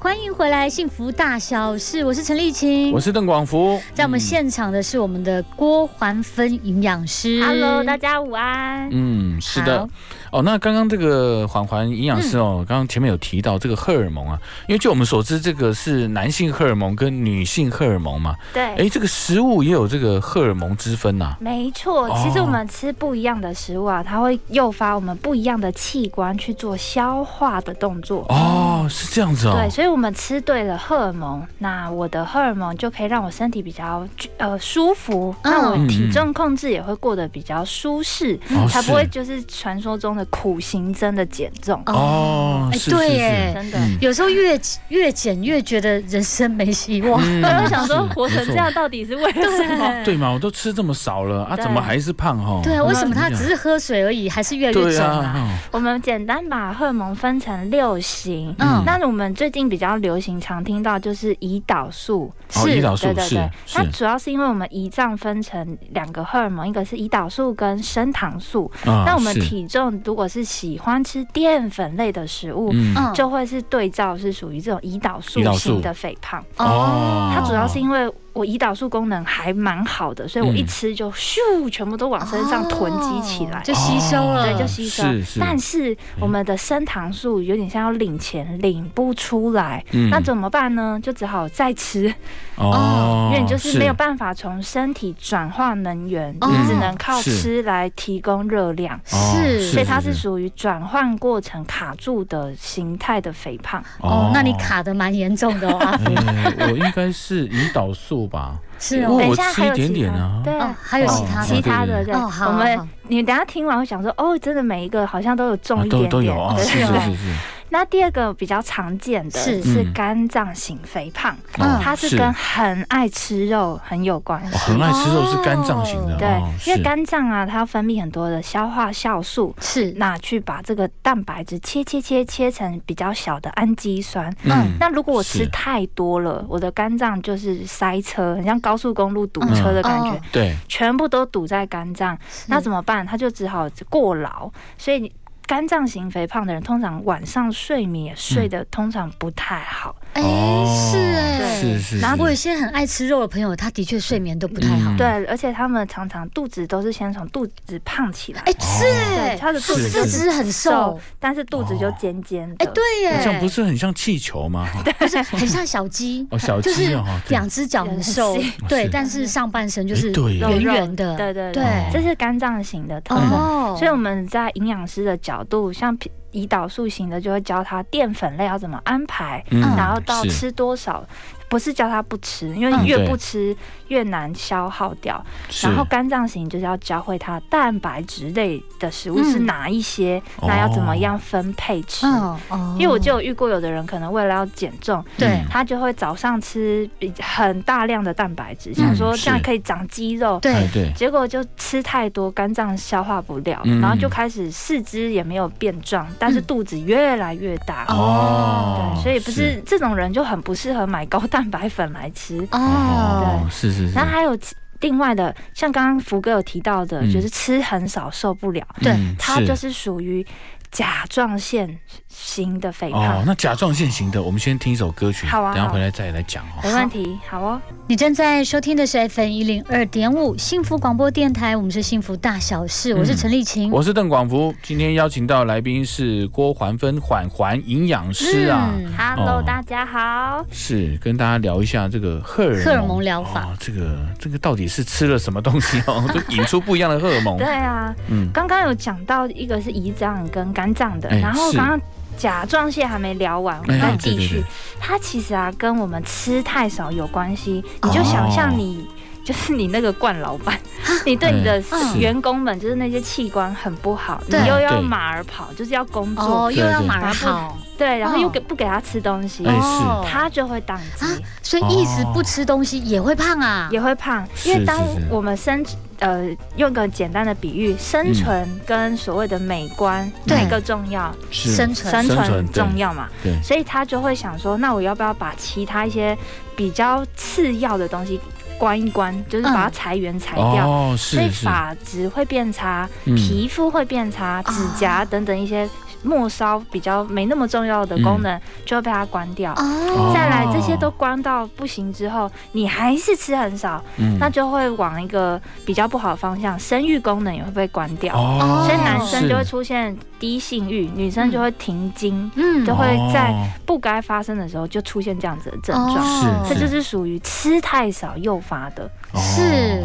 [SPEAKER 1] 欢迎回来，幸福大小事，我是陈丽琴
[SPEAKER 2] 我。是邓广福，
[SPEAKER 1] 嗯在我们
[SPEAKER 2] 嗯
[SPEAKER 1] 现场的是我们的郭环芬营养师。
[SPEAKER 3] ，Hello，大家午安，
[SPEAKER 2] 嗯，是的
[SPEAKER 1] 好，嗯
[SPEAKER 2] 哦。那刚刚这个环环营养师哦，刚刚前面有提到这个荷尔蒙啊，因为据我们所知，这个是男性荷尔蒙跟女性荷尔蒙嘛。
[SPEAKER 3] 对。
[SPEAKER 2] 哎，这个食物也有这个荷尔蒙之分呐。
[SPEAKER 3] 没错，
[SPEAKER 2] 哦
[SPEAKER 3] 其实我们吃不一样的食物啊，它会诱发我们不一样的器官去做消化的动作。
[SPEAKER 2] 哦，
[SPEAKER 1] 嗯
[SPEAKER 2] 是这样子哦
[SPEAKER 3] 对，。所以我们吃对了荷尔蒙，那我的荷尔蒙就可以让我身体比较呃舒服，
[SPEAKER 1] 嗯
[SPEAKER 3] 那我体重控制也会过得比较舒适，
[SPEAKER 2] 哦
[SPEAKER 3] 才
[SPEAKER 2] 是
[SPEAKER 3] 不会就是传说中的苦行僧的减重。
[SPEAKER 2] 哦，
[SPEAKER 1] 哎
[SPEAKER 2] 是
[SPEAKER 1] 对
[SPEAKER 2] 是
[SPEAKER 1] 耶
[SPEAKER 2] 是，
[SPEAKER 3] 真的，
[SPEAKER 2] 嗯，
[SPEAKER 1] 有时候越越减越觉得人生没希望。
[SPEAKER 3] [LAUGHS] 我
[SPEAKER 2] 我
[SPEAKER 3] 想说活成这样到底是为了什么？
[SPEAKER 2] 对嘛，我都吃这么少了啊，
[SPEAKER 3] 对
[SPEAKER 2] 怎么还是胖哈？
[SPEAKER 1] 对啊，为什么他
[SPEAKER 2] 嗯
[SPEAKER 1] 只是喝水而已，还是越来越
[SPEAKER 2] 对
[SPEAKER 1] 肿啊？
[SPEAKER 2] 啊，
[SPEAKER 3] 我们简单把荷尔蒙分成六型。
[SPEAKER 2] 嗯
[SPEAKER 3] 那我们最近比较流行常听到就是胰岛素，
[SPEAKER 2] 哦胰岛素
[SPEAKER 3] 对对对，
[SPEAKER 2] 是
[SPEAKER 3] 它
[SPEAKER 2] 是
[SPEAKER 3] 主要是因为我们胰脏分成两个荷尔蒙，一个是胰岛素跟升糖素。
[SPEAKER 2] 啊
[SPEAKER 3] 那我们
[SPEAKER 2] 是
[SPEAKER 3] 体重如果是喜欢吃淀粉类的食物，
[SPEAKER 2] 嗯
[SPEAKER 1] 嗯
[SPEAKER 3] 就会是对照是属于这种胰岛素
[SPEAKER 2] 胰岛素
[SPEAKER 3] 性的肥胖。
[SPEAKER 2] 哦
[SPEAKER 3] 它主要是因为我胰岛素功能还蛮好的，所以我
[SPEAKER 2] 嗯
[SPEAKER 3] 一吃就咻，全部都往身上囤积起来
[SPEAKER 1] 哦。就吸收了。
[SPEAKER 3] 对，就吸收
[SPEAKER 2] 是是。
[SPEAKER 3] 但是我们的升糖素有点像要领钱，领不出来，
[SPEAKER 2] 嗯
[SPEAKER 3] 那怎么办呢？就只好再吃，
[SPEAKER 2] 哦
[SPEAKER 3] 因为你就是没有办法从身体转化能源，
[SPEAKER 1] 哦
[SPEAKER 3] 你只能靠
[SPEAKER 2] 是
[SPEAKER 3] 吃来提供热量。
[SPEAKER 2] 哦
[SPEAKER 1] 是
[SPEAKER 3] 所以它是属于转换过程卡住的形态的肥胖，
[SPEAKER 1] 哦，那你。卡的蛮严重的
[SPEAKER 2] [LAUGHS]
[SPEAKER 1] 哦，阿福
[SPEAKER 2] 哎我应该是胰岛素吧？
[SPEAKER 1] 是
[SPEAKER 2] 不
[SPEAKER 1] 哦
[SPEAKER 2] 过。
[SPEAKER 3] 等
[SPEAKER 2] 我
[SPEAKER 3] 一下
[SPEAKER 2] 吃
[SPEAKER 3] 还
[SPEAKER 2] 一
[SPEAKER 3] 有
[SPEAKER 2] 点
[SPEAKER 3] 其
[SPEAKER 2] 点
[SPEAKER 3] 他
[SPEAKER 2] 啊
[SPEAKER 3] 对
[SPEAKER 1] 哦，还有其他
[SPEAKER 2] 哦
[SPEAKER 3] 其
[SPEAKER 1] 的。
[SPEAKER 3] 他
[SPEAKER 2] 对对
[SPEAKER 3] 的
[SPEAKER 2] 对
[SPEAKER 3] 对，
[SPEAKER 1] 哦好
[SPEAKER 3] 我
[SPEAKER 1] 好
[SPEAKER 3] 们你等一下听完会想说，哦，真的每一个好像都有
[SPEAKER 2] 啊
[SPEAKER 3] 重一
[SPEAKER 2] 都
[SPEAKER 3] 点
[SPEAKER 2] 都有
[SPEAKER 3] 点，
[SPEAKER 2] 啊，
[SPEAKER 3] 对
[SPEAKER 2] 是
[SPEAKER 3] 对
[SPEAKER 2] 是是是，
[SPEAKER 3] 那第二个比较常见的
[SPEAKER 1] 是
[SPEAKER 3] 是
[SPEAKER 2] 嗯
[SPEAKER 3] 肝脏型肥胖，
[SPEAKER 2] 哦
[SPEAKER 3] 嗯它是跟很爱吃肉很有关
[SPEAKER 2] 我
[SPEAKER 3] 系。
[SPEAKER 2] 很爱吃肉是肝脏型的，
[SPEAKER 3] 对
[SPEAKER 2] 哦，
[SPEAKER 3] 因为
[SPEAKER 2] 是
[SPEAKER 3] 肝脏啊，它分泌很多的消化酵素，
[SPEAKER 1] 是
[SPEAKER 3] 那去把这个蛋白质切切切切成比较小的氨基酸。
[SPEAKER 2] 嗯
[SPEAKER 3] 那如果我
[SPEAKER 2] 是
[SPEAKER 3] 吃太多了，我的肝脏就是塞车，很像高速公路堵车的感觉，
[SPEAKER 1] 嗯哦
[SPEAKER 2] 对
[SPEAKER 3] 全部都堵在肝脏。那怎么办？他就只好过劳，所以。肝脏型肥胖的人，通常晚上睡眠也睡
[SPEAKER 2] 嗯
[SPEAKER 3] 得通常不太好，
[SPEAKER 1] 哎、
[SPEAKER 2] 哦
[SPEAKER 1] 是哎、
[SPEAKER 2] 是是，
[SPEAKER 1] 然后
[SPEAKER 2] 是
[SPEAKER 1] 我有些很爱吃肉的朋友，他的确睡眠都不太好。
[SPEAKER 2] 嗯
[SPEAKER 3] 对，而且他们常常肚子都是先从肚子胖起来，
[SPEAKER 1] 哎、是哎、
[SPEAKER 3] 对，他的肚
[SPEAKER 2] 是嗯
[SPEAKER 3] 子
[SPEAKER 2] 哦是
[SPEAKER 3] 就
[SPEAKER 1] 四
[SPEAKER 3] 是
[SPEAKER 1] 肢很瘦，
[SPEAKER 3] 但是肚子就尖尖
[SPEAKER 1] 哎、
[SPEAKER 3] 的，
[SPEAKER 1] 对耶，
[SPEAKER 2] 这样不是很像气球吗？哈，
[SPEAKER 1] 不是很像小鸡
[SPEAKER 2] 哦，小
[SPEAKER 1] 就
[SPEAKER 2] 鸡
[SPEAKER 1] 是
[SPEAKER 2] 哦，哈对
[SPEAKER 1] 两只脚很瘦
[SPEAKER 3] 是，
[SPEAKER 1] 对
[SPEAKER 2] 是，
[SPEAKER 1] 但是上半身就
[SPEAKER 2] 哎
[SPEAKER 1] 是
[SPEAKER 2] 对耶哦
[SPEAKER 1] 圆圆的，
[SPEAKER 3] 对对
[SPEAKER 1] 对
[SPEAKER 3] 对，这是肝脏型的特
[SPEAKER 2] 嗯
[SPEAKER 3] 征。
[SPEAKER 1] 哦，
[SPEAKER 3] 所以我们在营养师的角度，像皮胰岛素型的，就会教他淀粉类要怎么安排，
[SPEAKER 2] 嗯
[SPEAKER 3] 然后到
[SPEAKER 2] 是
[SPEAKER 3] 吃多少，不是教他不吃，
[SPEAKER 1] 嗯
[SPEAKER 3] 因为
[SPEAKER 2] 对
[SPEAKER 3] 越不吃越难消耗掉。
[SPEAKER 2] 是
[SPEAKER 3] 然后肝脏型就是要教会他蛋白质类的食物是
[SPEAKER 1] 嗯
[SPEAKER 3] 哪一些，
[SPEAKER 2] 哦
[SPEAKER 3] 那要怎么样分配吃。
[SPEAKER 1] 哦哦
[SPEAKER 3] 因为我就有遇过有的人可能为了要减重，
[SPEAKER 1] 对
[SPEAKER 3] 他就会早上吃比很大量的蛋白质，想说
[SPEAKER 2] 嗯是
[SPEAKER 3] 这样可以长肌肉，
[SPEAKER 2] 哎
[SPEAKER 1] 对
[SPEAKER 2] 对，
[SPEAKER 3] 结果就吃太多，肝脏消化不了，
[SPEAKER 2] 嗯
[SPEAKER 3] 然后就开始四肢也没有变壮，但是肚子越来越大。
[SPEAKER 2] 哦
[SPEAKER 3] 对，所以不是这种人就很不适合买高蛋白粉来吃。
[SPEAKER 1] 哦，
[SPEAKER 2] 哦，是是是，
[SPEAKER 3] 然后还有吃另外的，像刚刚福哥有提到的，
[SPEAKER 2] 嗯
[SPEAKER 3] 就是吃很少受不了，
[SPEAKER 1] 对
[SPEAKER 2] 嗯
[SPEAKER 3] 他就是属于甲状腺型的肥
[SPEAKER 2] 哦
[SPEAKER 3] 胖，。
[SPEAKER 2] 那甲状腺型的，我们先听一首歌曲，
[SPEAKER 3] 好啊
[SPEAKER 2] 等一下
[SPEAKER 3] 好啊
[SPEAKER 2] 回来再来讲哦。
[SPEAKER 3] 没问题，好哦。
[SPEAKER 1] 你正在收听的是 FM 一零二点五幸福广播电台，我们是幸福大小事，我是陈丽
[SPEAKER 2] 嗯
[SPEAKER 1] 琴。
[SPEAKER 2] 我是邓广福，今天邀请到来宾是郭环芬缓环营养师啊，
[SPEAKER 1] 嗯
[SPEAKER 3] Hello，、
[SPEAKER 2] 哦
[SPEAKER 3] 大家好。
[SPEAKER 2] 是跟大家聊一下这个荷尔蒙
[SPEAKER 1] 荷尔蒙疗法
[SPEAKER 2] 哦，这个这个到底是吃了什么东西哦， [LAUGHS] 都引出不一样的荷尔蒙
[SPEAKER 3] 对。啊，
[SPEAKER 2] 嗯，
[SPEAKER 3] 刚刚有讲到一个是胰脏跟肝脏的，
[SPEAKER 2] 哎
[SPEAKER 3] 然后
[SPEAKER 2] 是
[SPEAKER 3] 刚刚甲状腺还没聊完，我们
[SPEAKER 2] 哎
[SPEAKER 3] 再
[SPEAKER 2] 对
[SPEAKER 3] 继
[SPEAKER 2] 对
[SPEAKER 3] 续。
[SPEAKER 2] 对
[SPEAKER 3] 它其实啊跟我们吃太少有关系，
[SPEAKER 1] 哦
[SPEAKER 3] 你就想象你。就是你那个惯老板，
[SPEAKER 1] 啊
[SPEAKER 3] [LAUGHS] 你对你的
[SPEAKER 2] 嗯是
[SPEAKER 3] 员工们，就是那些器官很不好，你
[SPEAKER 1] 对
[SPEAKER 3] 又要
[SPEAKER 2] 对
[SPEAKER 3] 马儿跑，就是要工作
[SPEAKER 1] 哦，，又要
[SPEAKER 2] 对对
[SPEAKER 1] 马儿跑，
[SPEAKER 3] 对，然后又
[SPEAKER 1] 哦
[SPEAKER 3] 给不给他吃东西，
[SPEAKER 2] 哎
[SPEAKER 1] 哦
[SPEAKER 3] 他就会宕机。
[SPEAKER 1] 啊，所以一直
[SPEAKER 2] 哦
[SPEAKER 1] 不吃东西也会胖啊，
[SPEAKER 3] 也会胖，
[SPEAKER 2] 是
[SPEAKER 3] 因为当
[SPEAKER 2] 是是
[SPEAKER 3] 我们生呃用个简单的比喻，
[SPEAKER 2] 嗯
[SPEAKER 3] 生存跟所谓的美观
[SPEAKER 1] 对
[SPEAKER 3] 哪一个重要？
[SPEAKER 2] 是
[SPEAKER 1] 生存
[SPEAKER 3] 生
[SPEAKER 2] 生
[SPEAKER 3] 存
[SPEAKER 2] 存对
[SPEAKER 3] 重要嘛，
[SPEAKER 2] 对
[SPEAKER 3] 所以他就会想说，那我要不要把其他一些比较次要的东西关一关，就是
[SPEAKER 1] 嗯
[SPEAKER 3] 把它裁员裁掉。
[SPEAKER 2] 哦，
[SPEAKER 3] 所以
[SPEAKER 2] 是是
[SPEAKER 3] 发质会变差，
[SPEAKER 2] 嗯
[SPEAKER 3] 皮肤会变
[SPEAKER 1] 啊
[SPEAKER 3] 差，指甲等等一些末梢比较没那么重要的
[SPEAKER 2] 嗯
[SPEAKER 3] 功能就会被它关掉。
[SPEAKER 2] 哦
[SPEAKER 1] 哦，
[SPEAKER 3] 再来，这些都关到不行之后，你还是吃很少，
[SPEAKER 2] 嗯
[SPEAKER 3] 那就会往一个比较不好的方向，生育功能也会被关掉，
[SPEAKER 2] 哦
[SPEAKER 3] 所以男生就会
[SPEAKER 2] 是
[SPEAKER 3] 出现低性欲，女生就会停经，
[SPEAKER 1] 嗯
[SPEAKER 3] 就会在
[SPEAKER 2] 哦
[SPEAKER 3] 不该发生的时候就出现这样子的症状。
[SPEAKER 1] 哦
[SPEAKER 2] 是
[SPEAKER 3] 这就是属于吃太少诱发的，
[SPEAKER 2] 哦
[SPEAKER 1] 是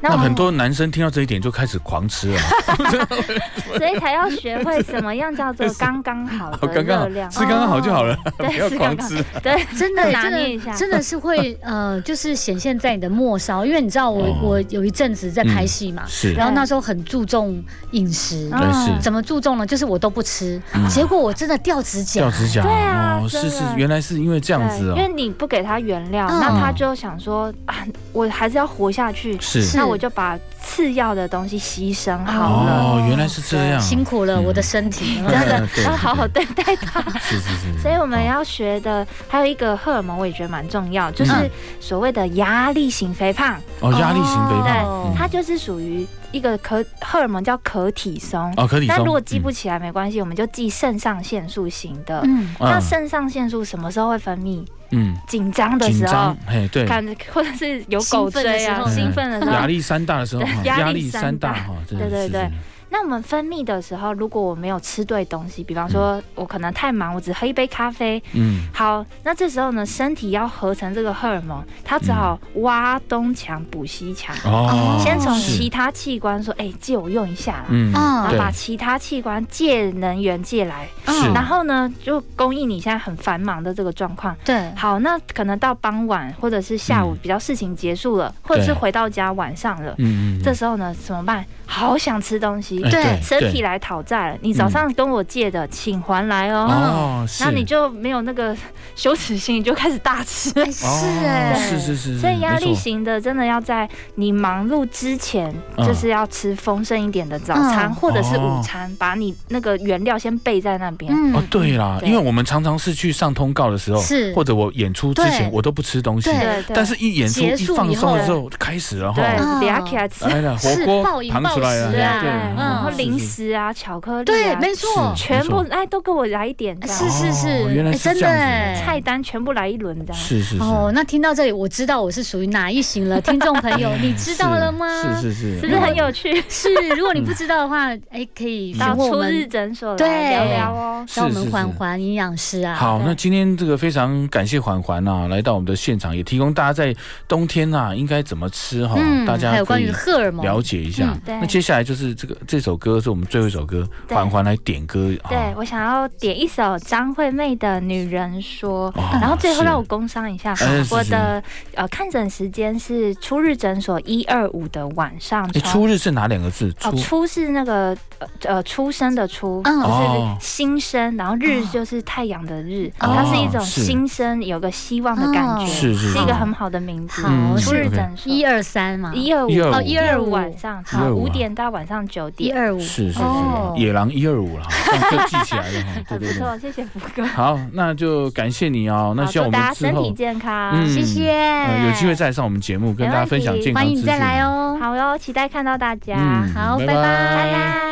[SPEAKER 2] 那
[SPEAKER 3] 我
[SPEAKER 2] 很多男生听到这一点就开始狂吃了，
[SPEAKER 3] [LAUGHS] 所以才要学会什么样
[SPEAKER 2] [LAUGHS]
[SPEAKER 3] 叫做刚刚好
[SPEAKER 2] 哦
[SPEAKER 3] 的
[SPEAKER 2] 刚刚
[SPEAKER 3] 热
[SPEAKER 2] 好
[SPEAKER 3] 量，哦
[SPEAKER 2] 吃刚刚好就好了，
[SPEAKER 3] 对
[SPEAKER 2] [LAUGHS] 不要
[SPEAKER 3] 吃
[SPEAKER 2] 狂
[SPEAKER 3] 刚刚
[SPEAKER 2] 吃。
[SPEAKER 3] 对，
[SPEAKER 1] 真的
[SPEAKER 3] 拿
[SPEAKER 1] 真
[SPEAKER 3] 捏一下
[SPEAKER 1] 的真的是
[SPEAKER 2] [LAUGHS]
[SPEAKER 1] 会呃，就是显现在你的末梢，因为你知道我、
[SPEAKER 2] 哦嗯
[SPEAKER 1] 我有一阵子在拍戏嘛，
[SPEAKER 2] 是
[SPEAKER 1] 然后那时候很注重饮食，
[SPEAKER 3] 嗯
[SPEAKER 2] 对是
[SPEAKER 1] 怎么注重呢？就是我都不吃，
[SPEAKER 2] 嗯
[SPEAKER 1] 结果我真的掉指
[SPEAKER 2] 掉
[SPEAKER 1] 甲，
[SPEAKER 2] 指甲，
[SPEAKER 3] 对啊
[SPEAKER 2] 哦，
[SPEAKER 3] 真
[SPEAKER 2] 是
[SPEAKER 3] 的
[SPEAKER 2] 是，原来是因为这样子哦
[SPEAKER 3] 对因，为你不给他原料，
[SPEAKER 1] 嗯
[SPEAKER 3] 那他就想说啊，我还是要活下去，
[SPEAKER 2] 是
[SPEAKER 3] 那我就把次要的东西牺牲好了，
[SPEAKER 2] 哦，原来是这样，
[SPEAKER 1] 辛苦了
[SPEAKER 2] 嗯
[SPEAKER 1] 我的身体。
[SPEAKER 3] 真的
[SPEAKER 2] [LAUGHS] 对
[SPEAKER 3] 要好好对待他。
[SPEAKER 2] 是是是，
[SPEAKER 3] 所以我们
[SPEAKER 2] 哦
[SPEAKER 3] 要学的还有一个荷尔蒙，我也觉得蛮重要，就是
[SPEAKER 2] 嗯
[SPEAKER 3] 所谓的压力型肥胖，
[SPEAKER 2] 哦压力型肥
[SPEAKER 1] 哦
[SPEAKER 2] 胖，嗯
[SPEAKER 3] 它就是属于一个可荷尔蒙叫可体松。
[SPEAKER 2] 哦可体
[SPEAKER 3] 那
[SPEAKER 2] 松，
[SPEAKER 3] 如果记不
[SPEAKER 2] 嗯
[SPEAKER 3] 起来没关系，我们就记肾上腺素型的。
[SPEAKER 1] 嗯，
[SPEAKER 3] 那
[SPEAKER 2] 嗯
[SPEAKER 3] 肾上腺素什么时候会分泌？
[SPEAKER 2] 嗯
[SPEAKER 3] 紧张的
[SPEAKER 2] 紧
[SPEAKER 3] 时候
[SPEAKER 2] 张，，嘿对，
[SPEAKER 3] 看或者是有狗追啊，
[SPEAKER 2] 兴
[SPEAKER 3] 兴
[SPEAKER 2] 奋
[SPEAKER 3] 奋的时候
[SPEAKER 2] 压。力山大的时候，
[SPEAKER 3] 对
[SPEAKER 2] 哈
[SPEAKER 3] 压力
[SPEAKER 2] 压力
[SPEAKER 3] 山
[SPEAKER 2] 山大
[SPEAKER 3] 大
[SPEAKER 2] 哈，真的
[SPEAKER 3] 对对
[SPEAKER 2] 是
[SPEAKER 3] 对，那我们分泌的时候，如果我没有吃对东西，比方说
[SPEAKER 2] 嗯
[SPEAKER 3] 我可能太忙，我只喝一杯咖啡，
[SPEAKER 2] 是嗯
[SPEAKER 3] 好，那这时候呢，身体要合成这个荷尔蒙，它只好挖东墙补西墙，
[SPEAKER 2] 哦，
[SPEAKER 3] 先从
[SPEAKER 2] 是
[SPEAKER 3] 其他器官说，哎、借我用一下啦。
[SPEAKER 2] 嗯
[SPEAKER 1] 啊
[SPEAKER 3] 然后
[SPEAKER 2] 对嗯
[SPEAKER 3] 把其他器官借能源借来，
[SPEAKER 2] 是
[SPEAKER 3] 然后呢，就供应你现在很繁忙的这个状况。
[SPEAKER 1] 对，
[SPEAKER 3] 好，那可能到傍晚或者是下午
[SPEAKER 2] 嗯
[SPEAKER 3] 比较事情结束了，或者是
[SPEAKER 2] 对
[SPEAKER 3] 回到家晚上了，
[SPEAKER 2] 嗯嗯嗯
[SPEAKER 3] 这时候呢怎么办？好想吃东西，
[SPEAKER 2] 哎对
[SPEAKER 3] 身
[SPEAKER 2] 对
[SPEAKER 3] 体来讨债了。你早上跟我借的，请还来哦。
[SPEAKER 2] 哦，是
[SPEAKER 3] 然后你就没有那个羞耻心，你就开始大吃。
[SPEAKER 1] 嗯
[SPEAKER 3] [LAUGHS]
[SPEAKER 4] 哎是哎
[SPEAKER 2] 哦，是是是，是
[SPEAKER 3] 所以压
[SPEAKER 2] 没
[SPEAKER 3] 力
[SPEAKER 2] 错
[SPEAKER 3] 型的，真的要在你忙碌之前，
[SPEAKER 2] 嗯
[SPEAKER 3] 就是要吃丰盛一点的早餐、
[SPEAKER 1] 嗯
[SPEAKER 3] 或者是
[SPEAKER 2] 哦
[SPEAKER 3] 午餐，把你那个原料先备在那边。
[SPEAKER 1] 嗯
[SPEAKER 2] 哦，对啦，
[SPEAKER 3] 对
[SPEAKER 2] 因为我们常常是去上通告的时候，
[SPEAKER 1] 是
[SPEAKER 2] 或者我演出之前
[SPEAKER 1] 对
[SPEAKER 2] 我都不吃东西，
[SPEAKER 1] 对
[SPEAKER 3] 对对。
[SPEAKER 2] 但是一演出
[SPEAKER 1] 结
[SPEAKER 2] 一
[SPEAKER 1] 束以
[SPEAKER 2] 放松
[SPEAKER 1] 后
[SPEAKER 2] 的时候开始了哈
[SPEAKER 3] 对，，
[SPEAKER 1] 哦
[SPEAKER 3] 嗲起来吃，
[SPEAKER 2] 来了火
[SPEAKER 1] 是
[SPEAKER 2] 锅
[SPEAKER 1] 暴饮
[SPEAKER 2] 扛
[SPEAKER 1] 暴
[SPEAKER 2] 出来了，
[SPEAKER 1] 食
[SPEAKER 3] 对
[SPEAKER 1] 啊
[SPEAKER 2] 对，
[SPEAKER 1] 嗯
[SPEAKER 3] 然后
[SPEAKER 2] 是
[SPEAKER 3] 零
[SPEAKER 2] 是
[SPEAKER 3] 食啊、巧克力
[SPEAKER 1] 对，
[SPEAKER 3] 啊，
[SPEAKER 1] 没错，
[SPEAKER 2] 是
[SPEAKER 3] 全部
[SPEAKER 2] 没
[SPEAKER 3] 哎都给我来一点这样，
[SPEAKER 1] 是是
[SPEAKER 2] 哦
[SPEAKER 1] 是，
[SPEAKER 2] 原来
[SPEAKER 1] 哎
[SPEAKER 2] 是
[SPEAKER 1] 真
[SPEAKER 2] 这
[SPEAKER 1] 的
[SPEAKER 2] 样子
[SPEAKER 1] 哎
[SPEAKER 3] 菜单全部来一轮这样。
[SPEAKER 2] 是是是，
[SPEAKER 1] 哦，那听到这里，我知道我是属于哪一
[SPEAKER 2] [LAUGHS]
[SPEAKER 1] 型了，听众朋友，你知道了吗？
[SPEAKER 2] 是嗯是是，嗯
[SPEAKER 3] 是不是很有趣？
[SPEAKER 1] 是如果你不知道的话，哎，可以
[SPEAKER 3] 到
[SPEAKER 1] 询问我
[SPEAKER 3] 初日
[SPEAKER 1] 们，
[SPEAKER 3] 诊所
[SPEAKER 1] 对
[SPEAKER 3] 来聊聊哦。
[SPEAKER 2] 是
[SPEAKER 1] 让我们
[SPEAKER 2] 是
[SPEAKER 1] 环
[SPEAKER 2] 是
[SPEAKER 1] 环营养师啊，
[SPEAKER 2] 好，
[SPEAKER 3] 对
[SPEAKER 2] 那今天这个非常感谢环环啊，来到我们的现场，也提供大家在冬天啊应该怎么吃哈、大家
[SPEAKER 1] 嗯还有
[SPEAKER 2] 可
[SPEAKER 1] 关
[SPEAKER 2] 以
[SPEAKER 1] 于荷尔蒙，
[SPEAKER 2] 了解一下
[SPEAKER 1] 嗯。
[SPEAKER 3] 对
[SPEAKER 2] 那接下来就是这个这首歌是我们最后一首歌，
[SPEAKER 3] 对
[SPEAKER 2] 环环来点歌啊。
[SPEAKER 3] 对，我想要点一首张惠妹的《女人说》，
[SPEAKER 2] 哦
[SPEAKER 3] 然后最后
[SPEAKER 2] 是
[SPEAKER 3] 让我工商一下
[SPEAKER 2] 哎是，
[SPEAKER 3] 我的呃看诊时间是初日诊所一二五的晚上
[SPEAKER 2] 哎，
[SPEAKER 3] 从。
[SPEAKER 2] 初日是哪两个字？初
[SPEAKER 3] 哦，初是那个呃呃出生的出，
[SPEAKER 1] 嗯
[SPEAKER 2] 哦
[SPEAKER 3] 就是新生，然后日
[SPEAKER 1] 哦
[SPEAKER 3] 就是太阳的日，
[SPEAKER 2] 哦
[SPEAKER 3] 它是一种
[SPEAKER 2] 是
[SPEAKER 3] 新生，有个希望的感觉，
[SPEAKER 1] 哦
[SPEAKER 2] 是是
[SPEAKER 3] 是一
[SPEAKER 2] 是
[SPEAKER 3] 个很好的名字。
[SPEAKER 1] 好
[SPEAKER 3] 初日
[SPEAKER 2] 是
[SPEAKER 3] 诊所
[SPEAKER 1] 一二三嘛，
[SPEAKER 3] 一二五
[SPEAKER 2] 125
[SPEAKER 3] 哦125晚上好
[SPEAKER 2] 125
[SPEAKER 3] 五点到晚上九
[SPEAKER 1] 一
[SPEAKER 3] 点，
[SPEAKER 1] 二五，
[SPEAKER 2] 是是是
[SPEAKER 3] 哦，
[SPEAKER 2] 野狼一二五了，这样就记起来了
[SPEAKER 3] [LAUGHS]
[SPEAKER 2] 哈。对
[SPEAKER 3] 很
[SPEAKER 2] 对
[SPEAKER 3] 不
[SPEAKER 2] 对。
[SPEAKER 3] 错，谢谢福哥，
[SPEAKER 2] 好，那就感谢你哦。那
[SPEAKER 3] 好
[SPEAKER 2] 希望
[SPEAKER 3] 祝
[SPEAKER 2] 我们
[SPEAKER 3] 大家
[SPEAKER 2] 之
[SPEAKER 3] 身体
[SPEAKER 2] 后，
[SPEAKER 3] 健康
[SPEAKER 2] 嗯，
[SPEAKER 1] 谢谢
[SPEAKER 2] 呃，有机会再上我们节目，跟大家分享健康
[SPEAKER 1] 欢
[SPEAKER 2] 资
[SPEAKER 1] 迎
[SPEAKER 2] 讯。
[SPEAKER 1] 你再来哦，
[SPEAKER 3] 好哟，期待看到大家，
[SPEAKER 2] 嗯，
[SPEAKER 1] 好，
[SPEAKER 2] 拜
[SPEAKER 1] 拜
[SPEAKER 2] 拜
[SPEAKER 3] 拜拜。